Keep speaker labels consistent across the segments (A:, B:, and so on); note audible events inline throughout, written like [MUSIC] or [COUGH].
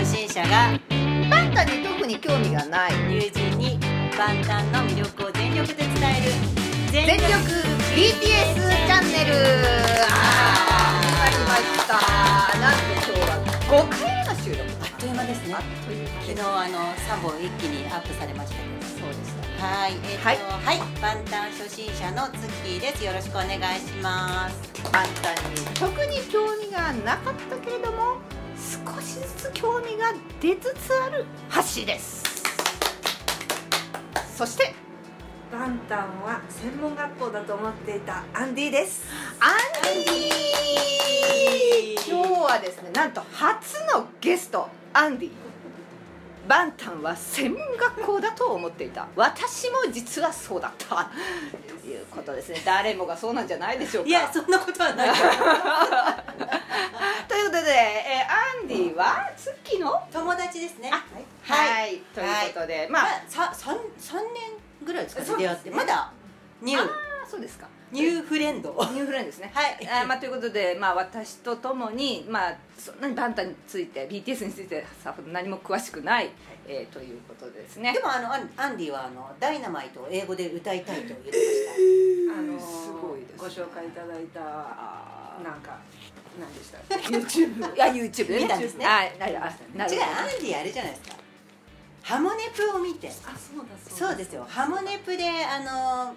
A: が
B: パンタに特に興味がない
A: 友人に万端の魅力を全力で伝える全
B: 全力 BTS チャンネルあー始まりましたなんと今日は5回目の収録
A: あっという間ですね
B: あっという間
A: 昨
B: で
A: 日
B: す
A: あの3本一気にアップされましたけど
B: そうですね
A: はい、えっ、と、
B: は
A: はいい、万端初心者のツッキーです。よろしくお願いします。
B: パンタに特に興味がなかったけれども少しずつ興味が出つつある橋ですそして
C: バンタンは専門学校だと思っていたアンディです
B: アンディ今日はですねなんと初のゲストアンディバンタンは専門学校だと思っていた私も実はそうだったということですね誰もがそうなんじゃないでしょうか
A: いや、そんなことはない。
B: ということで、えーアンディはツッキーのはい、
A: [LAUGHS] 友達ですね。はい、
B: ということで、ま
A: ま
B: あ、
A: あ、さ、三、三年ぐらいですか
C: そ
A: ね。
C: うで
A: 出
C: す
A: 会って、まだ。ニュー、
B: あそうですか
A: ニューフレンド。
B: ニューフレンドですね。
A: はい
B: あーまあ、ということで、まあ、私とともに、まあ、そんなにバンタについて BTS についてさほど何も詳しくない、えーということですね
A: で。も、あの、アンアンディは、あの、ダイナマイトを英語で歌いたいと言ってました。
C: あのー
B: すごいですね
C: ご紹介いただいた
B: あー
C: なんか何でした YouTube
B: [LAUGHS] いや YouTube でね
A: 見たんですね
B: はい、なるあなる
A: 違う、アンディあれじゃないですか。ハモネプを見て。
C: あそうだ
A: そうですよ。ハモネプであの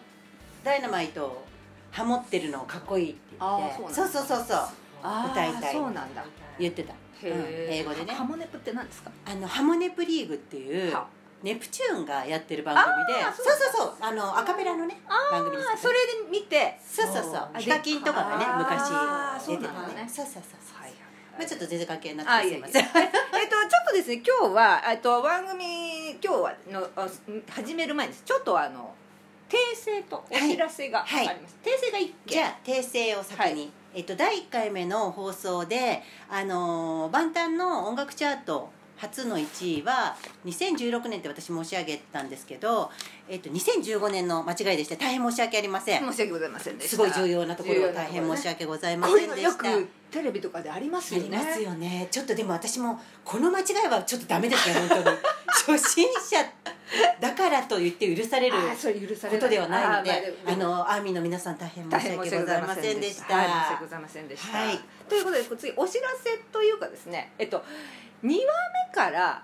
A: ダイナマイトをハモってるのかっこいいって言って
B: あーそうなんだ
A: そうそうそうそう
B: あー
A: 歌いたい
B: そうなんだ。
A: 言ってた、うん英語でね
B: ハモネプって何ですか？
A: あのハモネプリーグっていう
B: は
A: ネプチューンがやってる番組で
B: あー
A: そう
B: そう
A: そうそうあのアカペラのね
B: あ
A: 番組です
B: あ、それで見て。
A: そうそうそう
B: あ
A: ヒカキンとかがね
C: あー
A: 昔
C: そ
A: 出
C: う
A: て
C: な
A: た
C: んだ
A: ね
B: ね
A: そうそうそうそう、
B: はい
A: まあ、ちょっと全然関係な
B: あ
A: く
B: い
A: て
B: や
A: す
B: い
A: い
B: や
A: ませ
B: えっ
A: ん
B: とちょっとですね今日はえっと番組今日はのあす始める前にちょっとあの訂正とお知らせがあ
A: はい
B: ります、訂正が一
A: [LAUGHS] じ
B: 件
A: ゃあ訂正を先に、
B: はい
A: えっと、第1回目の放送で、あのー万端の音楽チャート初の1位は2016年って私申し上げたんですけど、えっと、2015年の間違いでして大変申し訳ありません
B: 申し訳ございませんでした
A: すごい重要なところを大変申し訳ございませんでした
B: こういうのよくテレビとかであります
A: あ
B: よ
A: り
B: ね
A: ますよねちょっとでも私もこの間違いはちょっとダメですね本当に初心者だからと言って許される
B: あそれ許され
A: こ
B: い
A: とではないの
B: あ
A: で
B: まあ
A: あのアーミーの皆さん大変申し訳ございませんでした
B: はい、申し訳ございませんでした。
A: はい
B: ということで次お知らせというかですね、えっと2話目から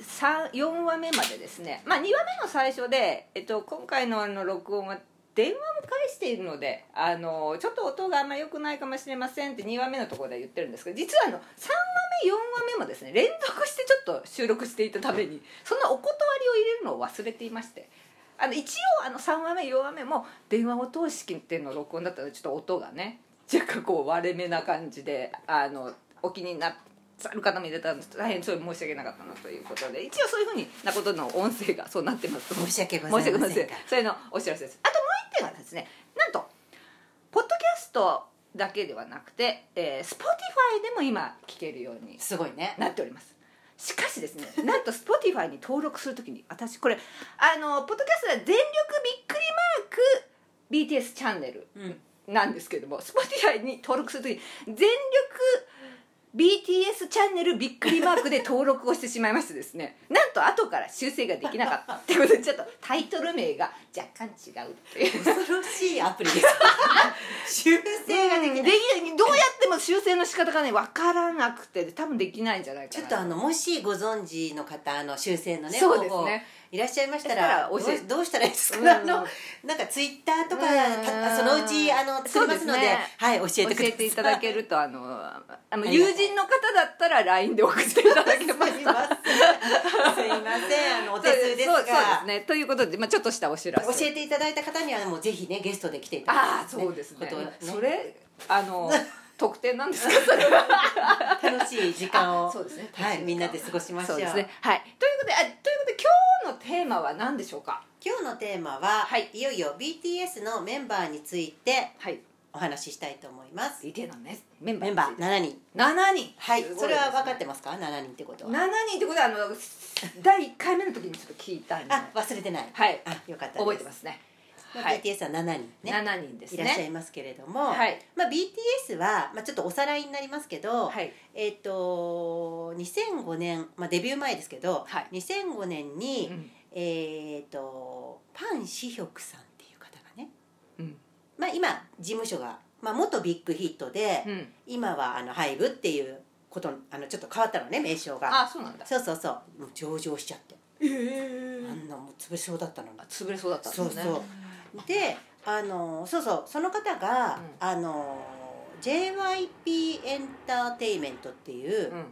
B: 3 4話目までですね、まあ、2話目の最初で、えっと、今回のあの録音は電話も返しているのであのちょっと音があんまり良くないかもしれませんって2話目のところで言ってるんですけど実はあの3話目4話目もですね連続してちょっと収録していたためにそんなお断りを入れるのを忘れていましてあの一応あの3話目4話目も電話を通しっていうのを録音だったのでちょっと音がね若干こう割れ目な感じであのお気になさる方もいられたんです大変それ申し訳なかったなということで一応そういうふうになことの音声がそうなってます
A: 申し訳ご
B: 申し
A: ざ
B: 訳
A: いま
B: ございませ
A: せん
B: ん
A: が
B: それのお知らせですあともう一点はですねなんとポッドキャストだけではなくて、えー、Spotify でも今聞けるように
A: すごいね
B: なっておりますしかしです
A: [LAUGHS]
B: ねなんと Spotify に登録するときに私これあのポッドキャストは全力びっくりマーク BTS チャンネル
A: うん
B: なんですけども Spotify に登録するときに全力 BTS チャンネルびっくりマークで登録をしてしまいましてで
A: [LAUGHS]
B: すねなんと後から修正ができなかったってことでちょっとタイトル名が若干違うっていう
A: 恐ろしいアプリ [LAUGHS] です修正ができない
B: できないどうやっても修正の仕方がね分からなくて多分できないんじゃないか
A: ちょ
B: な
A: っとあのもしご存知の方あの修正のね
B: そうですね
A: 方法いらっしゃいました
B: した
A: ら
B: ら
A: どう
B: 教え
A: どうしたらいいですか、
B: うん
A: あのなんかツイッターとか
B: うん
A: たそのうちあの作りますので
B: そうですね
A: はい教えてくださ
B: 教
A: い
B: えていただけるとあのあの
A: ありが
B: 友
A: たい
B: 人の方だったら LINE で送っていただけます
A: すいませんすいませんあのお手数です
B: そうそうです
A: が
B: ねということで、まあ、ちょっとしたお知らせ
A: 教えていただいた方にはもうぜひねゲストで来ていただ
B: ああ
A: きたい
B: そうですね
A: ことをね
B: それ
A: [LAUGHS]
B: あの特典なんですかそれは
A: 楽しい時間を
B: あそうですね
A: はいみんなで過ごしましょ
B: そううですねはいということであということで今日のテーマは何でしょうか
A: 今日のテーマは、、
B: はいい
A: よいよ BTS のメンバーについて
B: はい
A: お話ししたいと思います
B: DT のねメンバー
A: メンバー7人
B: 7人
A: はい
B: すご
A: それは分かって
B: で
A: ますか7人ってことは
B: すね7人ってことはあの第1回目の時にちょっと聞いたんで
A: あ忘れてない
B: はい
A: あよかったです
B: 覚えてますね
A: まあ
B: はい
A: BTS は7人ね
B: 7人です
A: いらっしゃ
B: ね
A: いますけれども、
B: はい
A: まあ、BTS は、まあ、ちょっとおさらいになりますけど、
B: はい
A: えっ、と2005年、まあ、デビュー前ですけど、
B: はい
A: 2005年に、
B: うん
A: えっ、とパン・シヒョクさんっていう方がね、
B: うん
A: まあ、今事務所が、まあ、元ビッグヒットで、
B: うん
A: 今はあのハイブっていうことあのちょっと変わったのね名称が
B: あそうなんだ
A: そうそうそうもう上場しちゃって、
B: ええ
A: あんなもう潰しそうだったのに
B: 潰れそうだったんですね
A: そうそうであのそうそうその方が、
B: う
A: あの JYP エンターテイメントっていう、
B: ん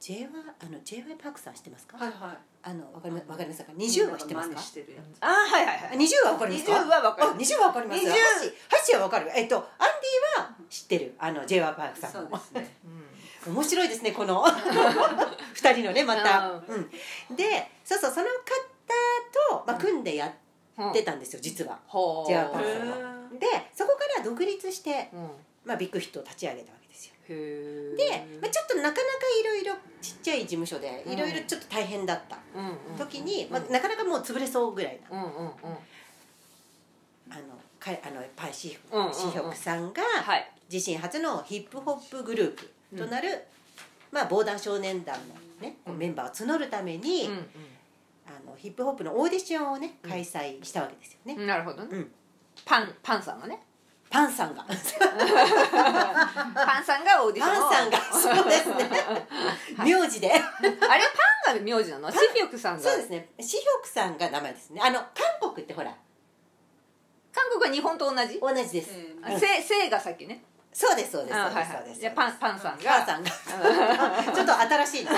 A: JY あの JY パークさん知ってますか、
C: はいはい
A: あのわかりまわかりますか20は知ってます
C: みんなが真似
A: か
C: してるやつ
B: あはいはいはい
A: 20はわかります
B: 20
A: か
B: はわか
A: あ
B: る
A: 20はわかります
B: 20
A: ハッシーはわかるえっとアンディは知ってるあの JY パークさ
C: そ
A: ん
C: う
A: も
C: ですね
B: う
A: 面白いですねこの二人のねまた、
B: うん
A: うん、でそうそうその方と、まあ、組んでや
B: ん
A: ってたんですよ実は
B: ほう
A: じゃあパン
C: へ
A: さん
C: ー
A: でそこから独立して、
B: うん
A: まあ、ビッグヒットを立ち上げたわけですよ
B: へ
A: で、まあ、
B: え
A: ちょっとなかなかいろいろちっちゃい事務所でいろいろちょっと大変だった時に、まあ、なかなかもう潰れそうぐらいな
B: うんうんうんうん
A: あのかあのパン・シヒ
B: うんうんうん
A: ョシヒョクさんが
B: はい
A: 自身初のヒップホップグループとなる、まあ、防弾少年団の、ね、こうメンバーを募るために、
B: うん
A: あのヒップホップのオーディションをね
B: うん
A: 開催したわけですよね、
B: うんなるほど
A: う
B: ね
A: ん、
B: パンパンさんがね
A: パンさんが
B: パンさんがオーディション
A: パ
B: を
A: ンさん
B: [LAUGHS]
A: がそうですね名字で
B: あれパンが名字なのシフィオクさんが
A: そうですねシヒョクさんが名前ですねあの韓国ってほら
B: 韓国は日本と同じ
A: 同じです、
C: えー
B: あせ姓が先ね
A: そうですそうです
B: あ
A: そうで
B: はい
A: す
B: は
A: そうで
B: い
A: す
B: じゃあパンパンさんが
A: パンさんが
B: [LAUGHS]
A: ちょっと新しいな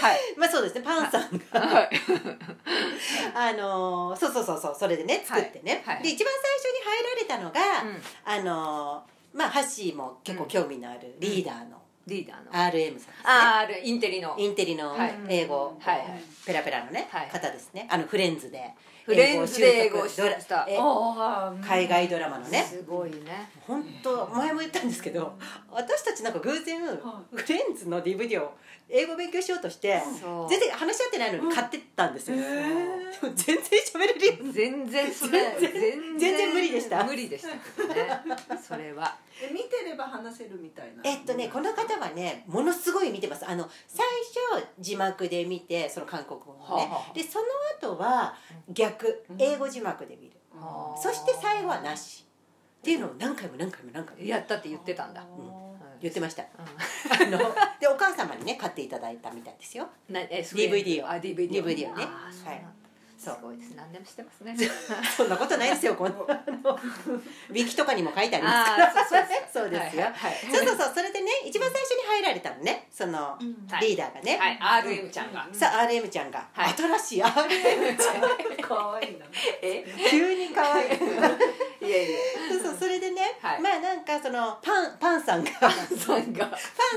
B: はい
A: [LAUGHS] まあそうですねパンさんが
B: [LAUGHS] はい
A: あのーそうそうそうそうそれでね作ってね、
B: はいはい
A: で一番最初に入られたのが、あのーまあハッシーも結構興味のあるリーダーの
B: リーダーの
A: RM さんですね、
B: R インテリの
A: インテリの
B: はい
A: 英語
B: はいはい
A: ペラペラのね、
B: はい
A: 方ですねあのフレンズで
B: フレンズで英語を
A: を習
B: し
A: 得ドラ
B: ました
A: え
B: おー
A: 海外ドラマのね
B: すごいね
A: 本当前も言ったんですけど私たちなんか偶然フレンズの DVD を英語勉強しようとして
B: そう
A: 全然話し合ってないのに買ってったんですよ、
C: へー
A: でも全然喋れるよね
B: 全然それ全
A: 全
B: 然
A: 然無理でした
B: 無理でしたけどねそれは
C: え見てれば話せるみたいな
A: えっとねこの方はねものすごい見てますあの最初字幕で見てその韓国語をね
B: はあはあ
A: でその後は逆
C: うん
A: 英語字幕で見る
C: あ
A: そして最後はなしっていうのを何回も何回も何回も
B: やったって言ってたんだ
A: うん
B: うん
A: 言ってました
B: う
A: あのでお母様にね買っていただいたみたいですよ
B: んなえそれ
A: DVD を
B: あ DVD を
A: DVD をね
B: あーそうなんだ
A: そう
B: すごいです何でもしてますね
A: [LAUGHS] そんなことないですよこのあのウィキとかにも書いてありますから
B: あーそう
A: [LAUGHS] そうですよ、
B: はいはい
A: そうそうそうそれでね一番最初に入られたのねその
C: うん
B: はい
A: リーダーがね、
B: はい RM ちゃんが
A: さあ RM ちゃんが、
B: はい
A: 新しい
B: [LAUGHS]
A: RM ちゃん
C: [LAUGHS] 可愛いな
B: え
A: 急に可愛い
B: [LAUGHS] いやいや
A: そうそうそれでね、
B: はい
A: まあなんかそのパンパンさんがパン
B: さんが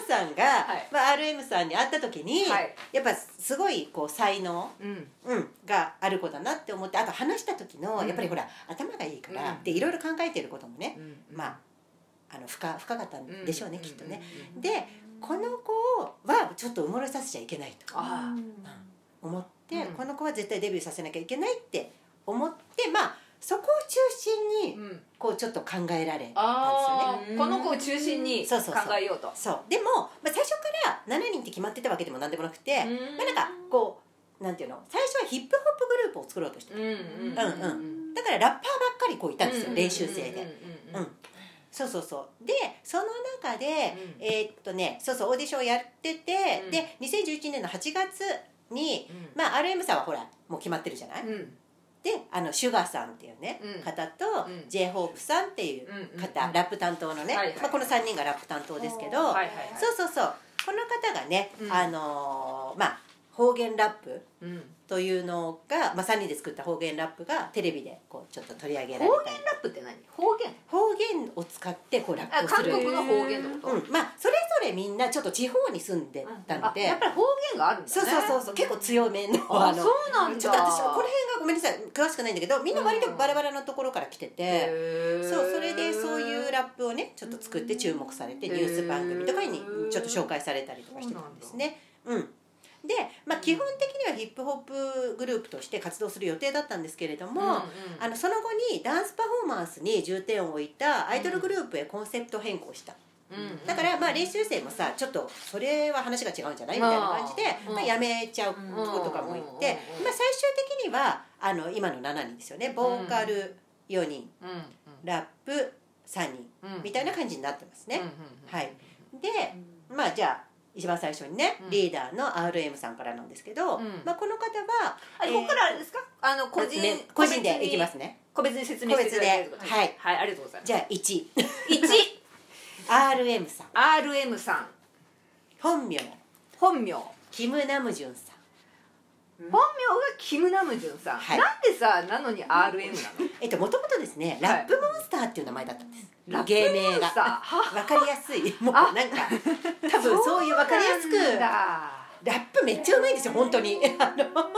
A: さんが、
B: い
A: まあ、RM さんに会った時に、
B: はい
A: やっぱすごいこう才能、
B: うん
A: うん、がある子だなって思ってあと話した時の、
B: うん
A: やっぱりほら頭がいいから、
B: うん
A: でいろいろ考えてることもね、ま
B: あ
A: ああの深深かったんでしょうね、きっとね。
C: うん
A: でこの子はちょっと埋もれさせちゃいけないと
B: あ
A: 思って、
B: うん
A: この子は絶対デビューさせなきゃいけないって思ってまあそこを中心に
B: うん
A: こうちょっと考えられたんですよね。
B: あー
C: うん
B: この子を中心に考
A: そうそうそう
B: えようと
A: そうでも、まあ、最初から7人って決まってたわけでも何でもなくて、
B: う
A: ま
B: ん
A: あ、なんかこうなんていうの最初はヒップホップグループを作ろうとして
B: うんうん
A: うんうんだからラッパーばっかりこういたんですよ、練習生で。
B: うんうんうんうん
A: うんそうそうそうでその中で、えーっとねそうそうオーディションをやってて、
B: うん
A: で2011年の8月に、
B: うん
A: まあ、RM さんはほらもう決まってるじゃない、
B: うんうん
A: であのシュガーさんっていうね、
B: うん
A: 方と、
B: うん
A: j ホープさんっていう
B: うん
A: 方、ラップ担当のね、
B: はいはい
A: まあ、この3人がラップ担当ですけど、
B: はいはいはい
A: そうそうそうこの方がね、
B: うん
A: あのーまあ方言ラップ
B: うん
A: というのが、まあ、3人で作った方言ラップがテレビでこうちょっと取り上げられたり
B: 方言ラップって何方言
A: 方言を使ってこうラッ
B: あ
A: プをす
B: 韓
A: る
B: 国の方言ってこと、
A: うん、まあそれぞれみんなちょっと地方に住んでたの
B: あ
A: で、
B: やっぱり方言があるんだね
A: そうそうそうそう結構強めの
B: あ
A: あの
B: そうなんだ
A: ちょっと私もこの辺がごめんなさい詳しくないんだけどみんな割とバラバラのところから来てて、
B: へー
A: そうそれでそういうラップをねちょっと作って注目されて
B: へ
A: ニ
B: ー
A: ュース番組とかにちょっと紹介されたりとかしてたんですね。うんで、まあ、基本的にはヒップホップグループとして活動する予定だったんですけれども、あのその後にダンスパフォーマンスに重点を置いたアイドルグループへコンセプト変更した、
B: うん
A: だからまあ練習生もさちょっとそれは話が違うんじゃないみたいな感じで
B: うん
A: まあ、やめちゃう子とかもいて、ま
B: うん
A: あ、最終的にはあの今の7人ですよねボーカル4人ラップ3人みたいな感じになってますね。はい、でまあじゃあ一番最初にね、
B: うん
A: リーダーの RM さんからなんですけど、
B: うん
A: まあ、この方は
B: あれここからあれですかあの個人
A: ね個人でいきますすね
B: 個別に説
A: 個
B: 明して
A: 別
B: いた
A: で
B: だいてるってことね
A: はい
B: はいありがとうございます
A: じゃあ1
B: [LAUGHS] 1
A: RM さん
B: RM さん
A: 本名
B: 本名
A: キム・ナムジュンさん
B: 本名がキム・ナムジュンさん、
A: はい
B: なんでさなのに RM なの
A: えっともともとですね
B: はい
A: ラップモンスターっていう名前だったんです、
B: ラップ
A: 芸名が
B: さは
A: わかりやすいもうな
B: あ [LAUGHS]
A: んか多分そういうわかりやすく
B: なん
A: ラ
B: だ
A: ップめっちゃうまいんですよ本当
B: [LAUGHS]
A: にあの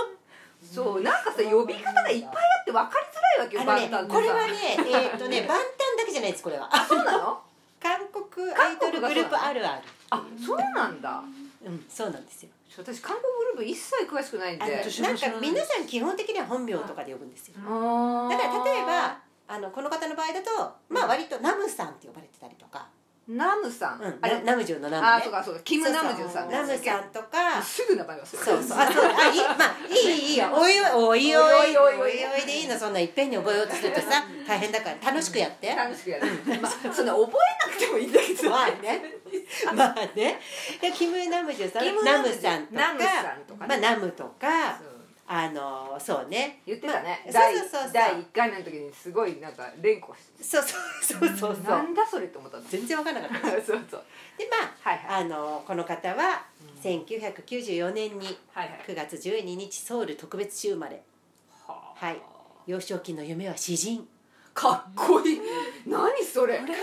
B: そうなんかさ呼び方がいっぱいあって分かりづらいわけよ
A: あの
B: バン
A: ね
B: タンって
A: これはね
B: さ
A: えっと
B: [LAUGHS]
A: ね万端だけじゃないですこれは
B: そうなの
A: 韓国アイドルグループあるあ
B: あそうなんだ
A: るうんそうなんですよ
B: ちょ私韓国グループ一切詳しくないん
A: あ
B: で
A: のなんか
B: な
A: 皆さん基本的には本名とかで呼ぶんですよ
B: あ
A: だから
B: ー
A: 例えばあのこの方の場合だとまあ割とナムさんって呼ばれてたりとか、
B: ナムさん、
A: うん、
B: あれ
A: ナムジュンのナ
B: あ
A: ムね
B: ーそうかそうかキム・ナムジュンさん
A: ナムさんとか
B: すぐ名前忘れる
A: そうそうあそうあいいまあいいいい [LAUGHS] いいよおいおいおいおいおいおいおいでいいのそんないっぺんに覚えようとするとさ大変だから楽しくやって
B: 楽しくやる、まあ、そんな覚えなくてもいいんだ
A: [LAUGHS]
B: けど
A: まあねまあねでキム・ナムジュンさん
B: キム
A: ナムさんとか
B: ナムさんとかね
A: まあ、ナムとか
B: そう
A: あのそうね
B: 言ってたね、
A: まあ
B: 第
A: そうそうそうそう
B: 第1回目の時にすごいなんか連呼して
A: そうそうそうそうそ
B: な
A: うん
B: だそれって思ったん
A: 全然わからなかった
B: [LAUGHS] そうそう
A: でま
B: はいはい
A: ああのこの方は
B: うん
A: 1994年に
B: はいはい
A: 9月12日ソウル特別市生まれ
B: は
A: はい幼少期の夢は詩人
B: かっこいい何それ
A: ね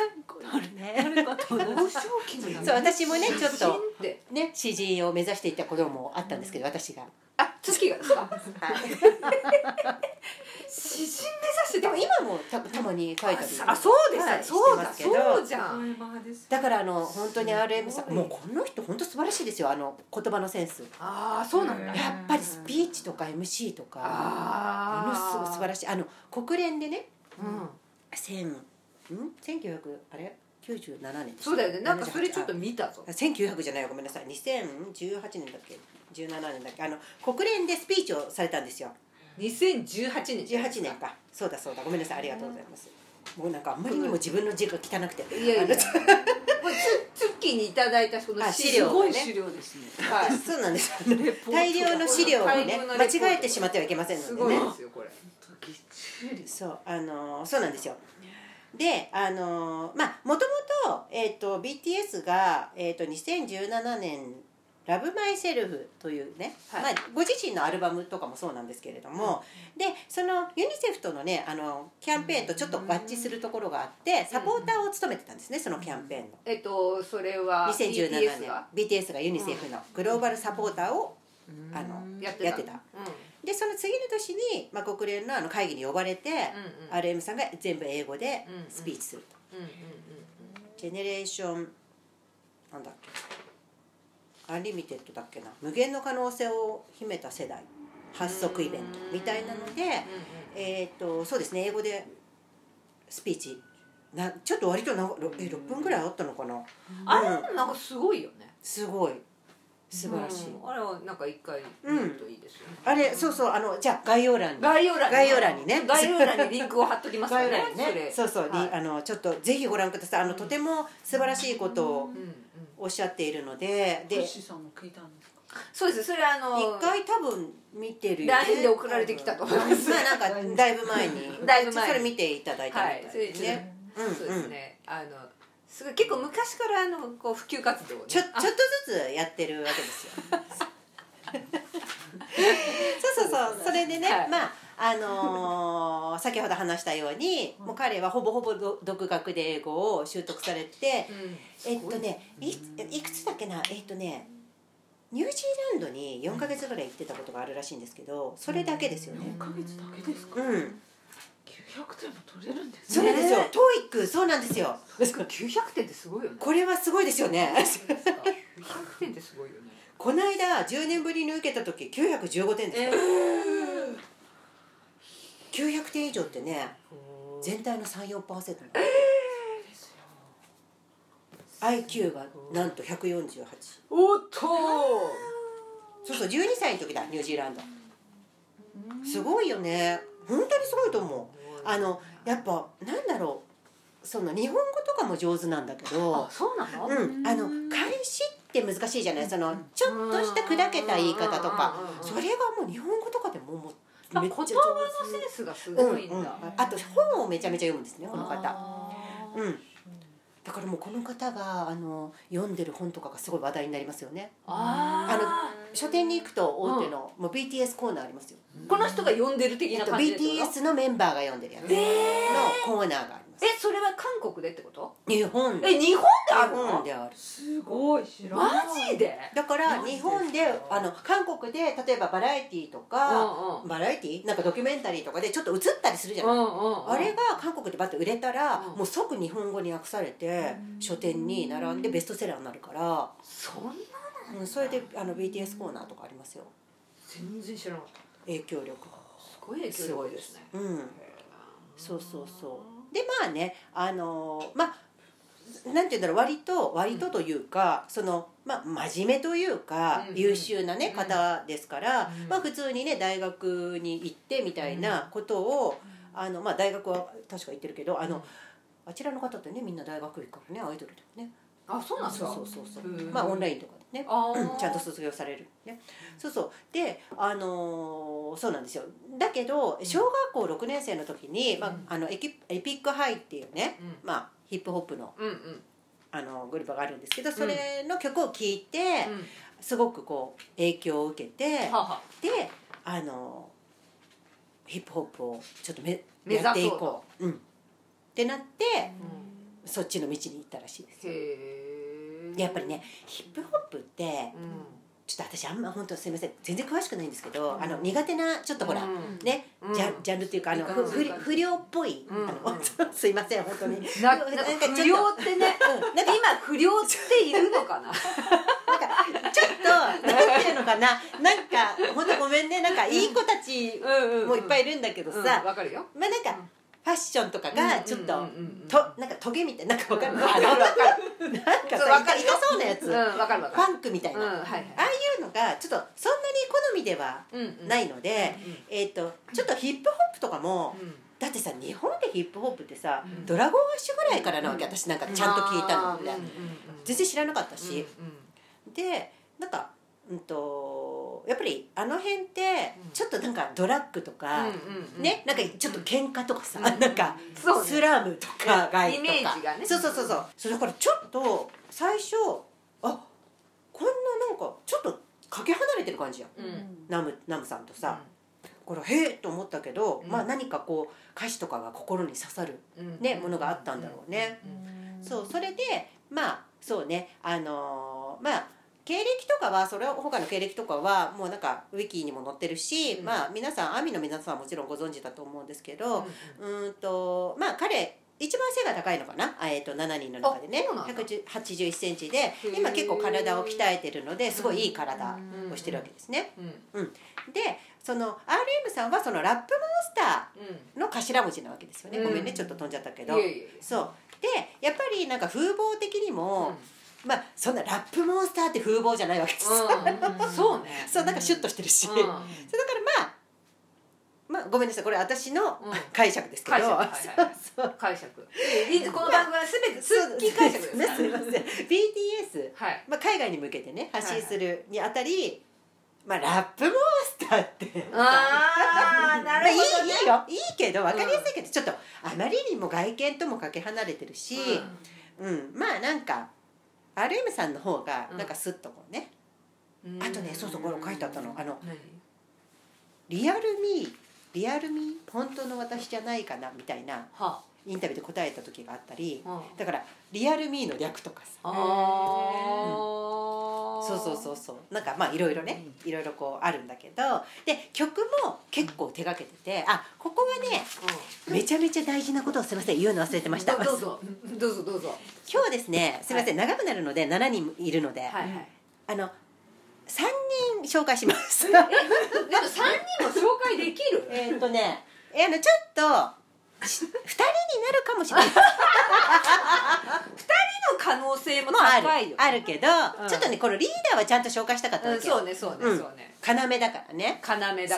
B: 幼少期の
A: そう私もねちょっと
B: で
A: ね詩人を目指していたこともあったんですけど私が、
B: あ月がですか詩人目指して
A: で
B: た
A: も今もたたまに書いたり
B: あそうです、
A: はい
B: そ
A: して
B: うだ
A: ますけど
B: そうじゃん
C: です
A: だからあの本当に
B: すごい
A: RM さんもうこの人本当素晴らしいですよあの言葉のセンス
B: ああそうなんだ
C: う
A: や
C: ん
A: っぱりスピーチとか MC とかも
B: あ
A: のすごい素晴
B: らしい
A: らしいあの国連でね
B: うん
A: 千ん1900あれ97年
B: そうだよねなんかそれちょっと
A: あ
B: 見たぞ
A: 1900じゃないよごめんなさい2018年だっけ17年だっけあの国連でスピーチをされたんですよ
B: 2018年
A: 18年かそうだそうだごめんなさいありがとうございますもうなんかあんまりにも自分の字が汚くて
B: [LAUGHS] いや
A: あの
B: いやこれツツッキーにいただいたこの
A: あ
B: 資料
A: すごい
B: ね
A: 資
B: 料ですねは
A: そうなんです
B: い
A: 大量の資料を
B: 大
A: ね
B: 量のレ
A: 間
B: ポート
A: 違えてしまってはいけません
B: す
A: の
B: ご
A: で
B: い
A: ね
B: ですよこれ
A: そうあのーそうなんですよであのーまあもともと,、えー、と BTS が、えー、と2017年「ラブマイセルフというね、
B: はい
A: まあ、ご自身のアルバムとかもそうなんですけれども、でそのユニセフとのねあのキャンペーンとちょっと合致するところがあってサポーターを務めてたんですねそのキャンペーンの。
B: えっとそれは
A: 2017
B: BTS
A: 年
B: が
A: BTS がユニセフのグローバルサポーターをあの
B: や
A: や
B: っ
A: ってて
B: た
A: た
B: うん
A: でその次の年に、まあ、国連のあの会議に呼ばれて、
B: うんうん
A: RM さんが全部英語で
B: うんうん
A: スピーチすると、
B: うんうんうん
A: ジェネレーションなんだっけアンリミテッドだっけな無限の可能性を秘めた世代発足イベントみたいなので、えーっとそうですね英語でスピーチなちょっと割となえ6分ぐらいあったのかな
B: あれでもなんかすごいよね
A: すごい素晴らしい、
B: うんあれはなんか一回見るといいですよね
A: あれそうそうあのじゃあ概要欄に
B: 概要欄
A: 概要欄にね
B: 概要欄にリンクを貼っときますから
A: [LAUGHS] 概要
B: ね
A: 欄にねそうそう、
B: はい
A: りあのちょっとぜひご覧くださいあの、
B: うん
A: とても素晴らしいことを
B: れうんうん
A: おっしゃっているのでで
D: トッ
A: 一
D: シーさんも聞いたんですか
B: そうですそれあの
A: 回多分見てるよ
B: LINE で送られてきたと思います
A: まあなんかだいぶ前に
B: [LAUGHS] だいぶ前に
A: それ見ていただいたみ
B: は
A: た
B: い
A: い
B: それ一
A: ですね、う
B: 応ね
A: んうん
B: そうですねあのすごい結構昔からあのこう普及活動をね
A: ちょちょっとずつやってるわけですよ
B: [LAUGHS]
A: そうそうそうそれでね、
B: はい
A: まああのー先ほど話したようにもう彼はほぼほぼど独学で英語を習得されて、
B: うん
A: えっとねいいくつだっけなえっとねニュージーランドに4か月ぐらい行ってたことがあるらしいんですけどそれだけですよね
D: 4ヶ月だけですか、
A: う
D: 900
A: ん
D: 点も取れるんです
A: そうなんですよ TOEIC そうなんですよ
B: 900点ってすごいよね
A: これはすごいですよね
B: 900点ってすごいよね
A: この間10年ぶりに受けた時915点です
D: え
A: よ、
D: ー、
A: 900点以上ってね全体の34%、
D: ですよ
A: IQ がなんと148
D: おっと
A: そうそう12歳の時だニュージーランドすごいよね本当にすごいと思うあのやっぱなんだろうその日本語とかも上手なんだけど
B: そうなの
A: うん、あの返しって難しいじゃないそのちょっとした砕けた言い方とか
D: うんうんうんうん
A: それがもう日本語とかでももう
B: あ
A: めっ
B: 言
A: ち
B: 葉
A: ゃ
B: の
A: 上手
B: センスがすごいんだ、
A: うんうん、あと本をめちゃめちゃ読むんですねこの方
B: あー
A: うんだからもうこの方があの読んでる本とかがすごい話題になりますよね
B: あ
A: 書店に行くと大手の、もう BTS コーナーありますよ、
B: のこの人が呼んでる的
A: えっ
B: な
A: と、
B: 感じってこと
A: BTS のメンバーが読んでるやつのコーナーがあります
B: えそれは韓国でってこと
A: 日本
B: え日本である
A: 日本
B: の
A: である
D: すごい知ら
B: マ
D: ない
B: ジで
A: だから
D: マジで
A: 日
D: すか
A: 本であの韓国で例えばバラエティーとか、
B: うんうん
A: バラエティーなんかドキュメンタリーとかでちょっと映ったりするじゃ
B: う
A: ない、
B: んうん
A: あれが韓国でバッと売れたら、
B: うん
A: もう即日本語に訳されて書店に並んでベストセラーになるから、
B: そんな
A: うん、それであの BTS コーナーとかありますよ
B: 全然知らなかった
A: 影響力
B: すごい影響力ですね
A: うんそうそうそうでまあねあのーまあなんて言うんだろう割と割とというか、そのまあ真面目というか、
B: うん
A: 優秀なね
B: うん
A: 方ですから、
B: うん
A: まあ普通にね大学に行ってみたいなことを、あのまあ大学は確か行ってるけどあの、あちらの方ってねみんな大学行くからねアイドルでね
B: あそうなんです
A: そう
B: か
A: そうそうそう、
B: うん
A: まあオンラインとかでね
B: あ
A: うん
B: ー
A: ちゃんと卒業されるねそうそうであのーそうなんですよだけど小学校6年生の時に、ま
B: うん
A: あ、あのエキエピックハイっていうね、
B: うん
A: まあ、ヒップホップの
B: うんうん
A: あのグループがあるんですけどそれの曲を聴いて、
B: うん
A: すごくこう影響を受けて、
B: はは
A: であのヒップホップをちょっとめ
B: 目指そ
A: や
B: うと
A: っていこう、うん、ってなって
B: うん
A: そっちの道に行ったらしいですよ
B: へえ
A: でやっぱりねヒップホップって、
B: うん
A: ちょっと私あんま本当すみません全然詳しくないんですけど、あの苦手なちょっとほら、
B: うん
A: ね、
B: うん
A: ジャンジャンルっていうかあの
D: いいか
A: ふ
D: な
A: ふり不良っぽい、
B: うん
A: あ [LAUGHS] のすいません本当にうん
B: な
A: な
B: なんん
A: か
B: か
A: ちょっと
B: 不良ってね
A: なんか
B: 今不良っているのか
A: [LAUGHS]
B: な
A: ちょっとなんていうのかな
B: [LAUGHS]
A: なんか本当ごめんねなんかいい子たち
B: うん
A: もいっぱい
B: い
A: いるんだけどさ、
B: うん
A: まあ
B: わかるよ
A: なんかファッションとかがちょっと、
B: うんうんうんうん
A: となんかトゲみたいなんかわかる、
B: うん
A: あの [LAUGHS] なんか
B: そう
A: さ
B: わかる
A: 痛
B: よ
A: そうなやつ、
B: うん
A: フ
B: わかるわか
A: ァ
B: る
A: ンクみたいな、
B: うん
A: あ
B: はいはい
A: あいうのがちょっとそんなに好みでは
B: うん
A: ないいので、えっ、とちょっとヒップホップとかも、だってさ日本でヒップホップってさ、
B: うん
A: ドラゴンアッシュぐらいからなわけ私なんかちゃんと聞いたのね、全然知らなかったし、でなんか、うん、とやっぱりあの辺って
B: うん
A: ちょっとなんかドラッグとか、ねなんかちょっと喧嘩とかさ、
B: うん
A: なんか
B: そうね
A: スラムとかが
B: イメージがね
A: そうそうそうそうそうだからちょっと最初あこんななんかちょっとかけ離れてる感じやん、
B: うん
A: ナムナムさんとさ、これへえと思ったけど、
B: うん
A: まあ何かこう歌詞とかが心に刺さるねものがあったんだろうねそうそれでまあそうねあのーまあ経歴とかはそれ他の経歴とかはもうなんかウィキにも載ってるし、
B: うん
A: まあ皆さんアミの皆さんはもちろんご存知だと思うんですけ
B: うん
A: ど、うーん、とまあ彼一番背が高いのかな、あえっと7人の中でね
B: あそうなんだ
A: 1 8 1ンチで今結構体を鍛えてるのですごいいい体
B: うん
A: をしてるわけですね。
B: うん
A: でその RM さんはそのラップモンスターの頭文字なわけですよね、
B: うん
A: ごめんねちょっと飛んじゃったけ
B: う
A: ど。
B: んいえいえ
A: そうでやっぱりなんか風貌的にも、まあそんなラップモンスターって風貌じゃないわけです、
B: うんうんそう
A: [LAUGHS]
B: ね
A: そうなんかシュッとしてるし、
B: う
A: そうだから
B: ん
A: まあまあごめんなさいこれ私の
B: うん
A: 解釈ですけど、
B: 解釈はいはい
A: そう
B: 解釈いいこの番組は全てすっきり解釈で
A: ね [LAUGHS]
B: す
A: すいません BTS、
B: はい
A: まあ、海外に向けてね発信するにあたり、まあラップモンスターって
B: ああな
A: まあ、い
B: る
A: いい
B: ほ
A: い
B: どね
A: よいいけど分かりやすいけど、ちょっとあまりにも外見ともかけ離れてるし、うん、まあなんか RM さんの方がなんかスッとこうね、
B: うん
A: あとねそうそうこれ書いてあったのあの
B: 何
A: リアルミーリアルミー本当の私じゃないかなみたいな
B: は
A: インタビューで答えた時があったり
B: あ
A: だからリアルミーの略とかさ
B: あ
A: そうそうそうそうなんかまあいろいろねいろいろこうあるんだけどで曲も結構手がけててあここはねめちゃめちゃ大事なことをすいません言うの忘れてました
B: どどうぞどうぞどうぞ
A: 今日はですねすいません長くなるので7人いるので、
B: はいはい
A: あの3人紹介します
D: でも三人も紹介できる
A: えっとねえあのちょっとし2人になるかもしれない
B: 可能性も
A: もある
B: 高いよ
A: あるけど、
B: うん
A: ちょっとねこのリーダーはちゃんと紹介したかった
B: う
A: わ
B: ん
A: けよ、
B: そうねそうねそうね
A: 要だからね
B: 要だからね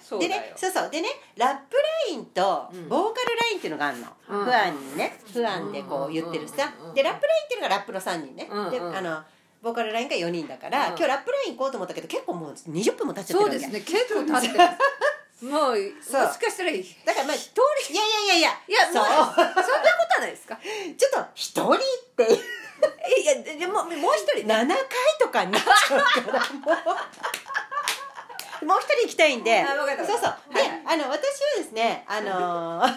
B: そう
A: で
B: だ
A: ね
B: よ
A: そうそうでねラップラインと
B: うん
A: ボーカルラインっていうのがあるの、
B: うん
A: 不安にね不安でこう言ってるさ、
B: うんうんうん
A: でラップラインっていうのがラップの3人ね、
B: うんうん
A: であのボーカルラインが4人だから、
B: うん
A: 今日ラップライン行こうと思ったけど結構もう20分も経っちゃって
B: そう
A: るわ
B: で
A: け
B: すね結構経ってますもうもし
A: そう
B: かしたらいい
A: だからまあ
B: 通り
A: いやいやいやいや
B: いや
A: そ
B: もう
A: う
B: そんなことはないですか
A: ちょっと一人っていう
B: えいやででももうもう一人
A: 7回とかになっちゃうからもうもう一人行きたいんで
B: あわかった
A: そうそうで、あの私はですねあのー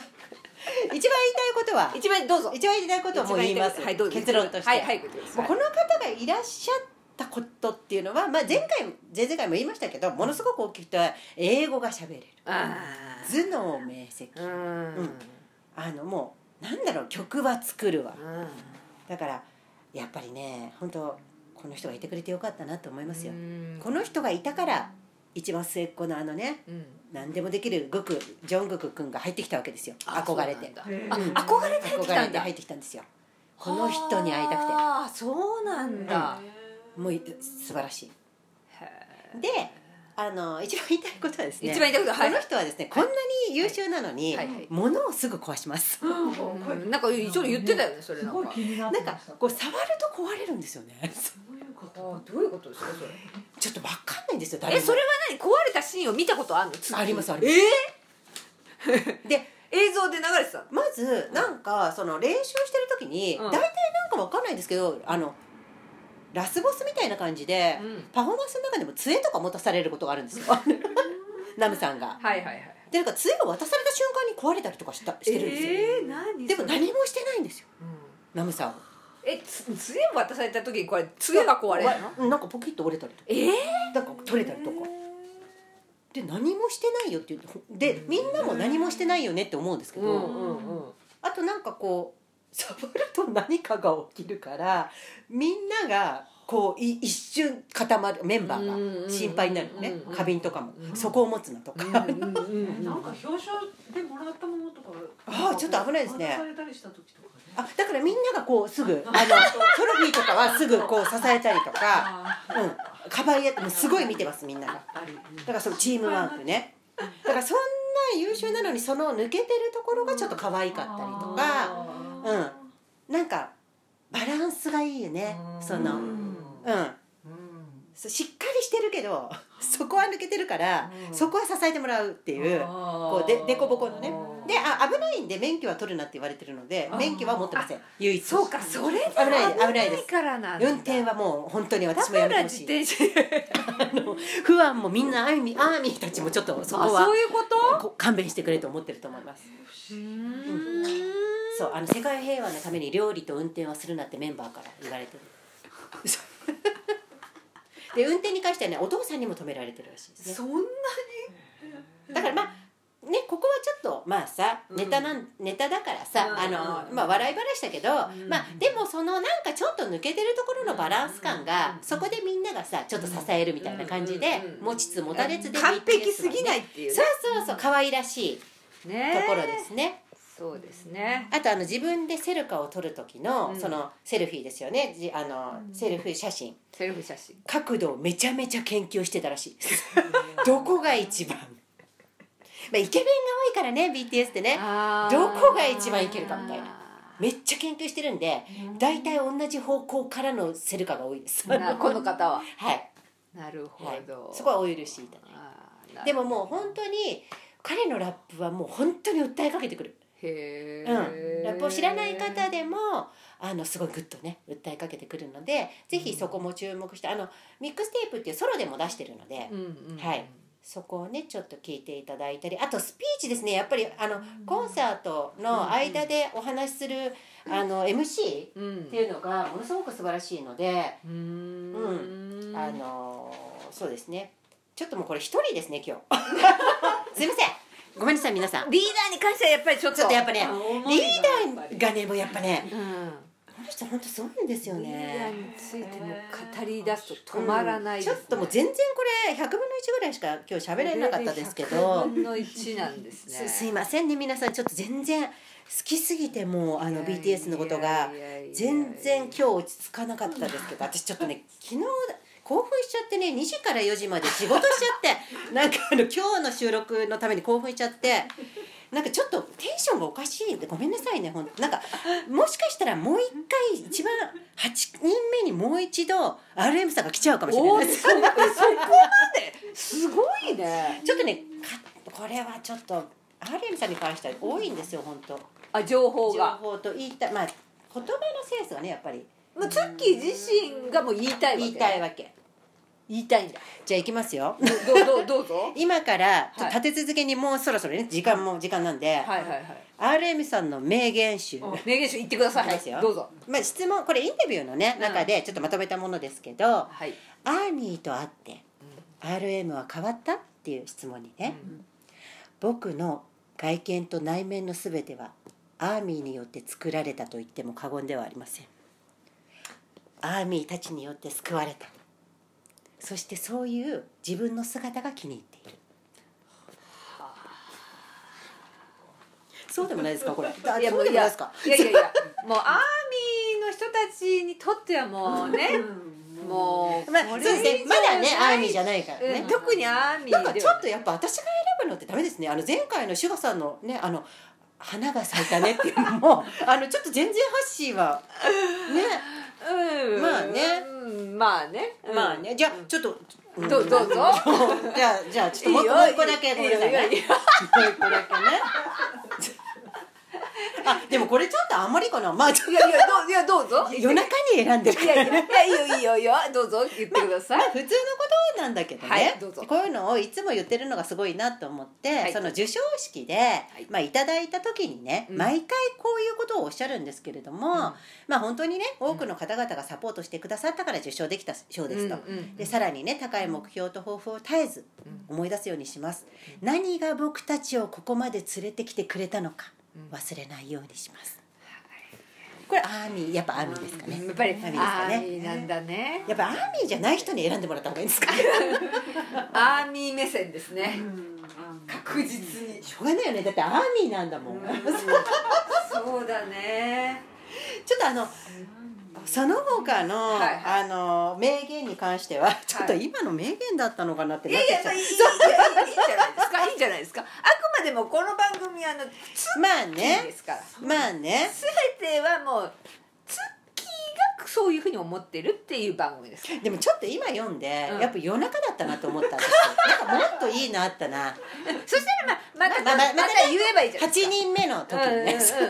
A: 一番言いたいことは
B: 一番どうぞ
A: 一番言いたいことはもう言います、
B: はいどうぞ
A: 結論として、
B: はいはい言ってくださ
A: もう
B: い
A: この方がいらっしゃったことっていうのは、まあ、前回前々回も言いましたけどものすごく大きくて英語が喋れる
B: あー
A: 頭脳明晰
B: うん
A: うんあのもうなんだろう曲は作るわだからやっぱりね本当この人がいてくれてよかったなと思いますよ、
B: うん
A: この人がいたから一番末っ子のあのね
B: うん
A: 何でもできるグクジョングク君が入ってきたわけですよ
B: あ
A: 憧れて
B: そう
C: う
B: なんだ
C: ん
B: あ
A: うん
B: 憧れて入って
A: 憧
B: きた
A: れ
B: ん
A: て
B: だ
A: 入ってきたんですよこの人に会いたくて
B: ああそうなんだ、
A: もうい素晴らしい
B: へ
A: であの一番言いたいことはです
B: ー
A: ね
B: 一番言いたいことはい
A: この人はですねこんなに優秀なのに、
B: はいはい
A: 物をすぐ壊し
B: [LAUGHS]
A: ます
B: うんなんか一応言ってたよねそれ
D: す
B: なん
D: ごい
B: か
D: 気になっ
A: な
D: て
A: ん
D: ま
A: か
D: した
A: こう触ると壊れるんですよ
B: [LAUGHS]
A: ね
D: そういうこ
B: あ
D: と
B: ーどういうことですかそれ
A: ちょっとわかんないんですよ誰も
B: えそれは何壊れたシーンを見たことあるの次
A: ありますありま
B: えーで映像で流れてたの
A: まずなんかその練習してる時に、
B: うん
A: 大体なんかわかんないんですけどあのラスボスみたいな感じで、
B: うん
A: パフォーマンスの中でも杖とか持たされることがあるんです
B: [LAUGHS]
A: よナムさんが。
B: はいはいはい
A: でなんか杖を渡された瞬間に壊れたりとかしたしてるんですよ、
B: えー何
A: でも
B: それ
A: 何もしてないんですよ
B: うん
A: ナムさんは
B: えつ杖を渡された時にこれ杖が壊れるの
A: うんなんかポキッと折れたりとか
B: えー、
A: なんか取れたりとかで何もしてないよっていうでみんなも何もしてないよねって思うんですけ
B: う
A: ど、
B: んうんうん
A: あとなんかこう触ると何かが起きるからみんながこうい一瞬固まるメンバ
B: うんうん
A: ー
B: う
A: が
B: ん
A: 心配になるのね
B: うんうん
A: 花瓶とかも
B: うん
A: そこを持つなとか、
B: うんうんうんうん
D: なんか表彰でもらったものとか
A: あーちょっと危ないですね
D: 渡されたりした時とかね
A: あだからみんながこうすぐあのトロフィーとかはすぐこう支えたりとか、
D: あー
A: うん、かばいやってもうすごい見てますみんなが。
D: あり
A: だからそのチームワークねだからそんな優秀なのにその抜けてるところがちょっと可愛かったりとか
D: あ
A: うんなんかバランスがいいよねその
B: う
A: うんん
D: うん
A: そうしっかりしてるけどそこは抜けてるから
D: うん
A: そこは支えてもらうっていうこ
D: こ
A: うででこぼこのねで
D: あ
A: あ危ないんで免許は取るなって言われてるので
D: あー
A: 免許は持ってません唯一
B: そうかそれで
A: 危ない危ないです
B: からなんだ
A: 運転はもう本当に
B: だ
A: 私も
B: か
A: やめ
B: ら
A: てほ
B: 自
A: しい
B: 転車
A: 不安もみんなアーミーアーミーたちもちょっとそこ
B: あ
A: は
B: そういうこと
A: こ勘弁してくれと思ってると思います
D: 不思議
A: そうあの世界平和のために料理と運転はするなってメンバーから言われてるで運転に関してはねお父さんにも止められてるらしいですね
B: そんな
A: だからまあねここはちょっとまあさネタなん、ネタだからさ、
B: うん
A: あのまあ笑い話だけど、
B: ん
A: まあでもそのなんかちょっと抜けてるところのバランス感が、そこでみんながさちょっと支えるみたいな感じで、
B: うんうん
A: 持ちつ持たれつで、
B: 完璧すぎないいっていう
A: そうそうそう可愛らしいと
B: ね
A: ころですね、
B: そうですね
A: あとあの自分でセルカを撮る時の、
B: うん
A: そのセルフィーですよねじあの、セルフィー写真
B: セルフ写真
A: 角度をめちゃめちゃ研究してたらしいどこが一番ま [LAUGHS] あイケメンが多いからね BTS ってねどこが一番いけるかみたい
B: な
A: めっちゃ研究してるんで [LAUGHS] 大体同じ方向からのセルカが多いですはい、
B: なこの方は
A: [LAUGHS] はい、
B: なるほど
A: そこはお許しいただい
B: あーな
A: て
B: る
A: でももう本当に彼のラップはもう本当に訴えかけてくる
B: へ
A: う
B: え
A: ん、ラップを知らない方でもあのすごいグッとね訴えかけてくるのでぜひそこも注目してあのミックステープっていうソロでも出してるので、
B: うんうんうん
A: はいそこをねちょっと聞いていただいたりあとスピーチですねやっぱりあのコンサートの間でお話しする、あの MC っ
B: うん
A: ていうのがものすごく素晴らしいので、
B: うーん
A: あのそうですねちょっともうこれ一人ですね
B: [LAUGHS]
A: 今日すいませんごめんなさい皆さん
B: リーダーに関してはやっぱりちょっと
A: ちょっとやっぱねリーダー
D: が
A: がねもうやっぱね
B: うん
A: この人本当すごいんですよ
B: リーダ
A: ね。
B: ーについての語り出すと止まらないです、
A: うんちょっともう全然これ100分の1ぐらいしか今日喋れなかったですけど
B: 100分の1なんですね
A: すすいませんね皆さんちょっと全然好きすぎてもうあの BTS のことが全然今日落ち着かなかったですけど私ちょっとね昨日興奮しちゃってね2時から4時まで仕事しちゃ
B: [LAUGHS]
A: ってなんかあの今日の収録のために興奮しちゃって。なんかちょっとテンションがおかしいんでごめんなさいねほんとなんかもしかしたらもう一回一番8人目にもう一度 RM さんが来ちゃうかもしれ
B: お
A: な
B: ー
A: いです
B: そそこまですごいね
A: ちょっとねかこれはちょっと RM さんに関しては多いんですよ本当
B: あ情報
A: 情
B: が
A: 報と言いたいまあ言葉のセンスがねやっぱり
B: もうツッキー自身がもう言いたいわけ
A: 言いたいわけ
B: 言いたい
A: [LAUGHS]
B: んだ
A: じゃあ行きますよ
B: どうどうどうぞ
A: 今から
B: はい
A: 立て続けにもうそろそろね時間も時間なんで、
B: [LAUGHS] はいはいはい
A: RM さんの名言集
D: うん
B: 名言集言ってください
A: いきますよ
B: どうぞ
A: まあ質問これインタビューのね
B: うん
A: 中でちょっとまとめたものですけど、
B: はい
A: アーニーと会って RM は変わったっていう質問にね、
D: うん
A: 僕の外見と内面の全てはアーミーによって作られたと言っても過言ではありませんアーミーたちによって救われたそしてそういう自分の姿が気に入っているそうでもないですかこれいや
B: も
A: そう
B: う
A: でもないですか
B: いやいやいやもうアーミーの人たちにとってはもうね
D: うん
B: もう
A: まあ、
B: こ
A: そう
B: れ
A: ですね
B: 以上
A: まだね
B: ない
A: アーミーじゃないからね、
B: うん特にアーミーで
A: なん
B: は
A: かちょっとやっぱ私が選ぶのってダメですねあの前回のシュガさんのねあの花が咲いたねっていうのも [LAUGHS] あのちょっと全然ハッシーはね
B: うん
A: まあね
B: うんまあねうん
A: まあねじゃあちょっと、
B: どどうぞ
A: [LAUGHS] じゃあじゃあちょっともう
B: いいよ
A: もう一個だけごめんなさいね
B: いいよいいよいいよ
A: もう一個だけね [LAUGHS] あでもこれちょっとあんまりかなまあちょ
B: いやいやどういやどうぞ
A: 夜中に選んでる
B: い
A: から
B: やいやいやいいよいいよいいよどうぞ言ってください、
A: 普通のことなんだけどね、
B: はいどうぞ
A: こういうのをいつも言ってるのがすごいなと思って、
B: はい
A: その授賞式で、
B: い
A: いまあ、いただいた時にね、
B: うん
A: 毎回こういうことをおっしゃるんですけれども、まあ本当にね多くの方々がサポートしてくださったから受賞できた賞ですと。
B: うんうん
A: でさらにね高い目標と抱負を絶えず思い出すようにします、何が僕たちをここまで連れてきてくれたのか忘れないようにします、これアーミーやっぱアーミーですかね
B: やっぱり
A: アーミーです
B: ア
A: か
B: ー
A: ね
B: ミーなんだね
A: やっぱアーミーじゃない人に選んでもらった方がいいんですかね
B: アーミー目線ですね
D: うんあ
B: 確実に
A: しょうがないよねだってアーミーなんだもん、ちょっ
B: そうだね
A: とあのその他の、
B: はいは
A: あの名言に関してはちょっと今の名言だったのかなって
B: い
A: なっ
B: や
A: て
B: い
A: きち
B: や
A: ゃ
B: そう
A: う
B: いいいいいいいいいんじゃないですかいいんじゃないですかあくまでもこの番組はあの
A: まあ
B: いいで
A: ね
B: すから
A: まあね
B: 全てはもうツッキーがそういうふうに思ってるっていう番
A: [LAUGHS]
B: 組です
A: でもちょっと今読んで、
B: うん
A: やっぱ夜中だったなと思ったん
B: [LAUGHS]
A: ですよなんかもっといいのあったな
B: そしたらまあまた
A: まあまあまたね
B: また言えばいいじゃない
A: 8
B: ですか
A: 人目の時に
B: うんうんう
A: ね、
B: んその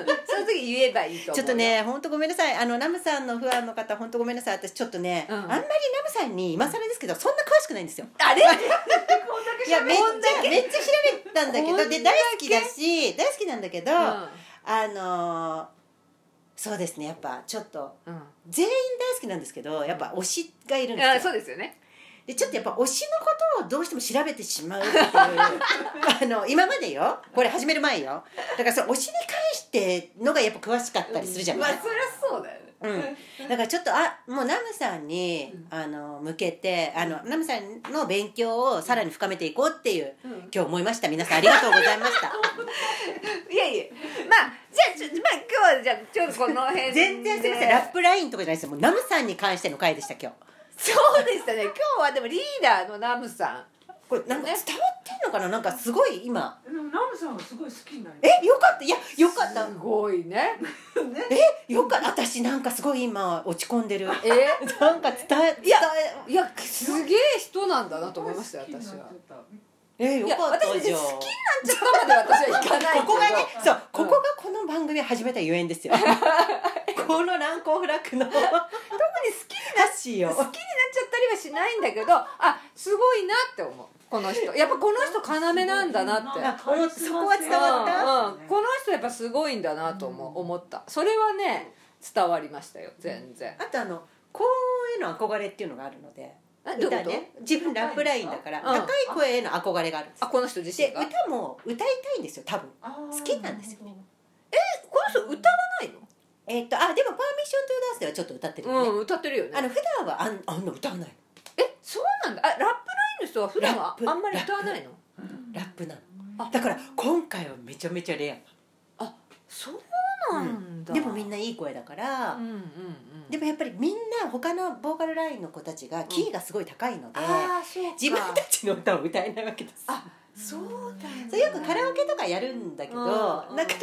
B: 時言えばいいと思う
A: ちょっとね本当ごめんなさいあのラムさんのファンの方本当ごめんなさい私ちょっとね、
B: うん
A: あんまりラムさんに今更ですけどそんな詳しくないんですよ
B: あれ
A: いやめっち
B: こんだ
A: ゃめっちゃ調べたんだけ
B: こんだ
A: ど
B: け
A: で大好きだし大好きなんだけど、あのーそうですねやっぱちょっと
B: うんうん
A: 全員大好きなんですけどやっぱ推しがいるんです
B: あ
A: よ
B: そうですよね
A: でちょっとやっぱ推しのことをどうしても調べてしまうっ
B: [LAUGHS]
A: ていうあの今までよこれ始める前よだからその推しに関してのがやっぱ詳しかったりするじゃ
B: ま
A: な
B: あ
A: い、
B: そりゃそうだよね
A: うん、だからちょっとあもうナムさんにあの向けてあのナムさんの勉強をさらに深めていこうっていう今日思いました皆さんありがとうございました
B: [LAUGHS] いやいやまあじゃあちょまあ今日はじゃあちょっとこの辺で
A: 全然すみませんラップラインとかじゃないですよもうナムさんに関しての回でした今日
B: そうでしたね今日はでもリーダーのナムさ
A: これなんか伝わってんのかななんかすごい今
D: でもナムさんはすごい好きになりま
A: えよかったいやよかっ
B: ん
A: た
B: すごいね
A: えよかった私なんかすごい今落ち込んでる
B: え
A: なんか伝え伝
B: いやいやすげえ人なんだなと思いましたよ私は
A: ええよ
B: いや
A: かった
B: 私
A: じ
B: ね
A: ゃあ
B: 好き [LAUGHS] なんちゃったまで私はいかないけど
A: ここがねそうここがこの番組始めたゆえん
B: [LAUGHS]
A: ですよこの乱行フラッグの特に好きなしよ
B: 好きになっちゃったりはしないんだけどあすごいなって思うこの人やっぱこの人要なんだなって
A: あ思ったそこは伝わった
B: うんうん、この人やっぱすごいんだなと思う、思ったそれはね伝わりましたよ全然
A: あとあのこういうの憧れっていうのがあるので
B: あどう
A: 歌
B: いうこと、
A: ね自分ラップラインだから、
B: うん
A: 高い声への憧れがあるんです
B: あ
A: よ
B: この人自
A: で
B: 身がえ
A: 歌も歌いたいんですよ多分
D: 好
A: 好きなんです
D: よね
B: この人歌わないの
A: えっとあでも「パーミッション・トゥ・ダンス」ではちょっと歌ってるよね、
B: うん歌ってるよね
A: あの普段はあんあんな歌わない
B: えそうなんだあラップラインの人は普段
A: ラ
B: は
A: ップ
B: あんまり歌わないの
A: ラップなの
B: あ
A: だから今回はめちゃめちゃレ
B: そうなん
A: ア
B: だ
A: でもみんないい声だから、
B: うんうんうん
A: でもやっぱりみんな他のボーカルラインの子たちがキーがすごい高いので、
B: ああそうか
A: 自分たちの歌を歌えないわけです
B: あそうだよね
A: それよくカラオケとかやるんだけど、
B: うんうん
A: なかなか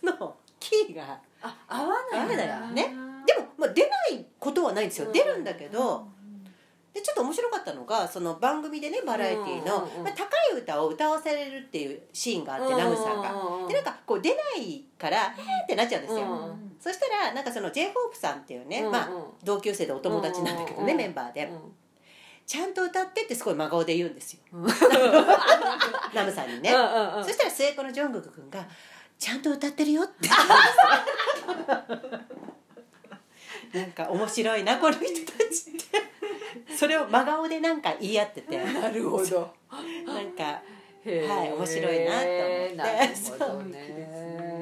A: そのキーが
B: あ合わないん
A: 合わ
B: だ
A: ない
B: ね
A: ねでも、まあ、出ないことはないんですよ、
B: うん
A: 出るんだけどでちょっと面白かったのがその番組でねバラエティーの、
B: うんうんうん
A: まあ、高い歌を歌わされるっていうシーンがあって、ナムさんが。でなんかこう出ないから「へーってなっちゃうんですよ、
B: うん
A: そしたらなんかその j ホープさんっていうね、まあ、同級生でお友達なんだけどね、
B: うん
A: メンバーで、ちゃんと歌ってってすごい真顔で言うんですよ、
B: うん
A: [LAUGHS] ナムさんにね、そしたら末っ子のジョングク君が「ちゃんと歌ってるよ」って [LAUGHS] なんか面白いなこの人たちってそれを真顔でなんか言い合ってて
B: [LAUGHS] なるほど
A: なんかは
B: はい
A: 面白いなと思って
B: なるほどね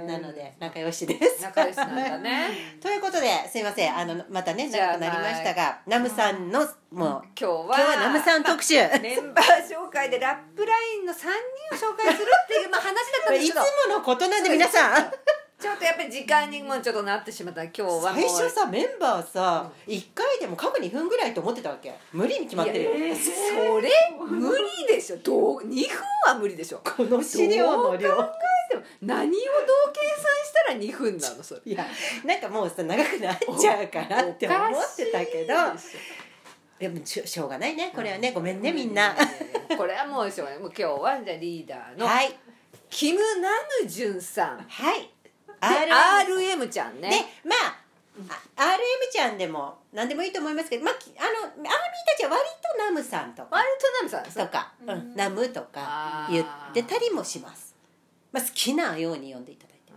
A: なので仲良しです
B: 仲良しなんだ [LAUGHS] ね
A: ということですいませんあのまたね長くなりましたがナムさんのもう
B: 今日は
A: 今日はナムさん特集い
B: メンバ
C: バー紹介でラップラインの3人を紹介するっていう、まあ、話だ
A: [LAUGHS]
C: ったんですけ
A: つ
B: [LAUGHS]
C: ど
A: ものことなんで皆さ [LAUGHS] ん
B: ーちょっとやっぱり時間にもうちょっとなってしまった今日はもう
A: 最初さメンバーさ1回でも過去2分ぐらいと思ってたわけ無理に決まってるよ
D: えー
B: それ無理で [LAUGHS] しょどう2分は無理でしょ
A: この資料の量
B: でも何をどう計算したら2分なのそれ
A: いやなんかもうさ長くなっちゃうからって思ってたけ [LAUGHS] ど
B: おかしいでしょ
A: でもしょしょうがないねこれはねごめんねみんな
B: [LAUGHS] これはもうしょうがないもう今日はじゃあリーダーの
A: はい
B: キム・ナムジュンさん
A: はい R
B: で RM ちゃん
A: で
B: ね
A: まああ RM ちゃんでも何でもいいと思いますけど、まあ、きあのアーミーたちは割とナムさんとか
B: 割とナムさんです
A: と
B: ね
A: か、う
C: うん
A: ん、ナムとか
B: あー
A: 言ってたりもします、まあ、好きなように呼んでいただいて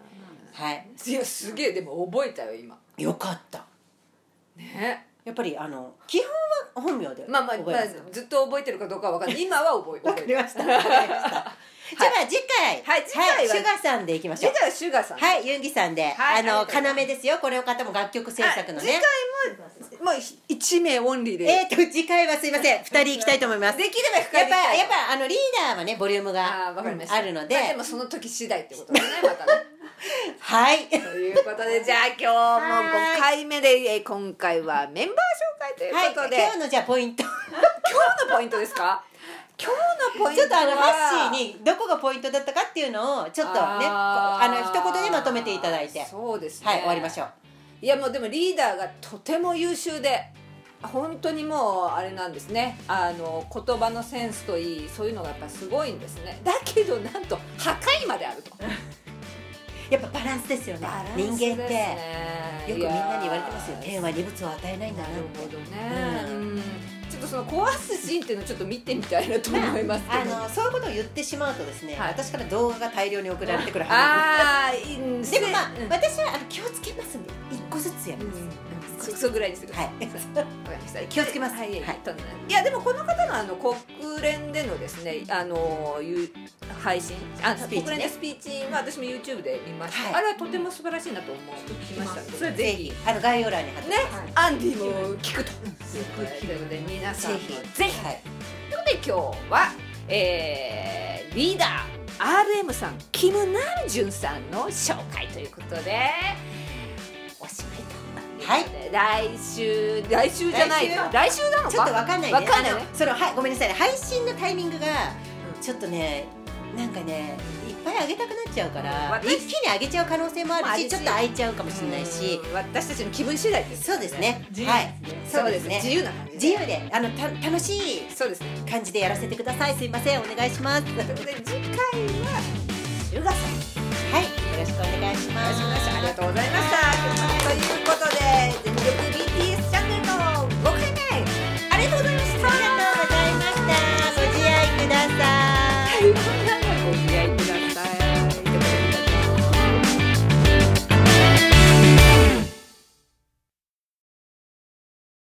A: はい
B: いやすげえでも覚えたよ今
A: よかった
B: ね
A: やっぱりあの基本は本名で
B: まあまあ、ま
A: 覚え
B: あ
A: ます、
B: ずっと覚えてるかどうかは
A: [LAUGHS]
B: 分かんない今は覚え
A: わ
B: 覚
A: か
B: え
A: り
B: てる
A: ました。わかりました。じゃあ次回、
B: はい次回は
A: シュガさんでいきまし
B: じ
A: ょ
B: ゃ
A: う。
B: あシュガーさん
A: はい、ユンギさんで、
B: はい
A: あの
B: ありがとうございます
A: 要ですよ。これを方も楽曲制作の
B: 次
A: ね。
B: もう1名オンリーで、
A: えっ、と次回はすいません、二人行きたいと思います。
B: できれば深
A: や
B: い
A: っぱやっぱあのリーダーはねボリューム
B: あ
A: が
B: ーわかりました
A: あるので
B: まあ、でもその時次第ってことですねま
A: [LAUGHS]
B: たね
A: はい。
B: ということでじゃあ今日も5回目でえー今回はメンバー紹介と
A: はいい、
B: うことで、
A: 今日のじゃあポイント
B: 今日のポイントですか今日のポイン
A: ち
B: ト
A: ょ
B: は
A: っとあのハッシーにどこがポイントだったかっていうのをちょっとねあ
B: ー
A: の一言でまとめていただいてはい
B: そうですね
A: 終わりましょう
B: いやもうでもリーダーがとても優秀で本当にもうあれなんですねあの言葉のセンスといいそういうのがやっぱすごいんですねだけどなんと破壊ま
A: [LAUGHS]
B: であると
A: やっぱバランスですよね人間って、よくみんなに言われてますよ天は
B: なる
A: 二物を与えないんだなって
B: ほどね、うんちょっとその壊すシーンっていうのちょっと見てみたいなと思いますけど、
A: あのそういうことを言ってしまうとですね、
B: はい
A: 私から動画が大量に送られてくるは
B: あーいいん
A: ず
B: す
A: で
B: ね
A: もまあ、
B: うん
A: 私はあの気をつけますんで一個ずつやめます、
B: うんそそぐらいにする。
A: はい
B: わかりました
A: 気をつけます
B: はい、
A: はい
B: とんでもないいやでもこの方のあの国連でのですね、あのゆ配信、あ
A: スピーチね
B: 国連でスピーチは私も YouTube で見ました。
A: はい
B: あれはとても素晴らしいなと思いました。それ
A: ぜひあの概要欄に貼って
B: ね
C: はい、
B: アンディも聞くと。す
C: ごい聞く
B: ということで皆さんも
A: ぜひ
B: ぜひ。
A: はい、
B: ということで今日は、えーリーダー RM さんキム・ナンジュンさんの紹介ということでおしまいと
A: はい
B: 来週来週じゃない
A: 来週
B: 来週なのか
A: ちょっとわかんないね
B: わかんないね
A: あのそのはいごめんなさいね配信のタイミングがちょっとねなんかねいっぱいあげたくなっちゃうから、
B: うん
A: 一気にあげちゃう可能性もある
B: まああ
A: し
B: るし
A: ちょっと空いちゃうかもしれないし、
B: うん私たちの気分次第です
A: そうですね
D: 自由
A: はい
D: です
A: そ
B: そう
A: で
B: うですす
A: ね
B: ね自由な感じ
A: 自由であのた楽しい
B: そうですね
A: 感じでやらせてくださいすいませんお願いします
B: ということで次回は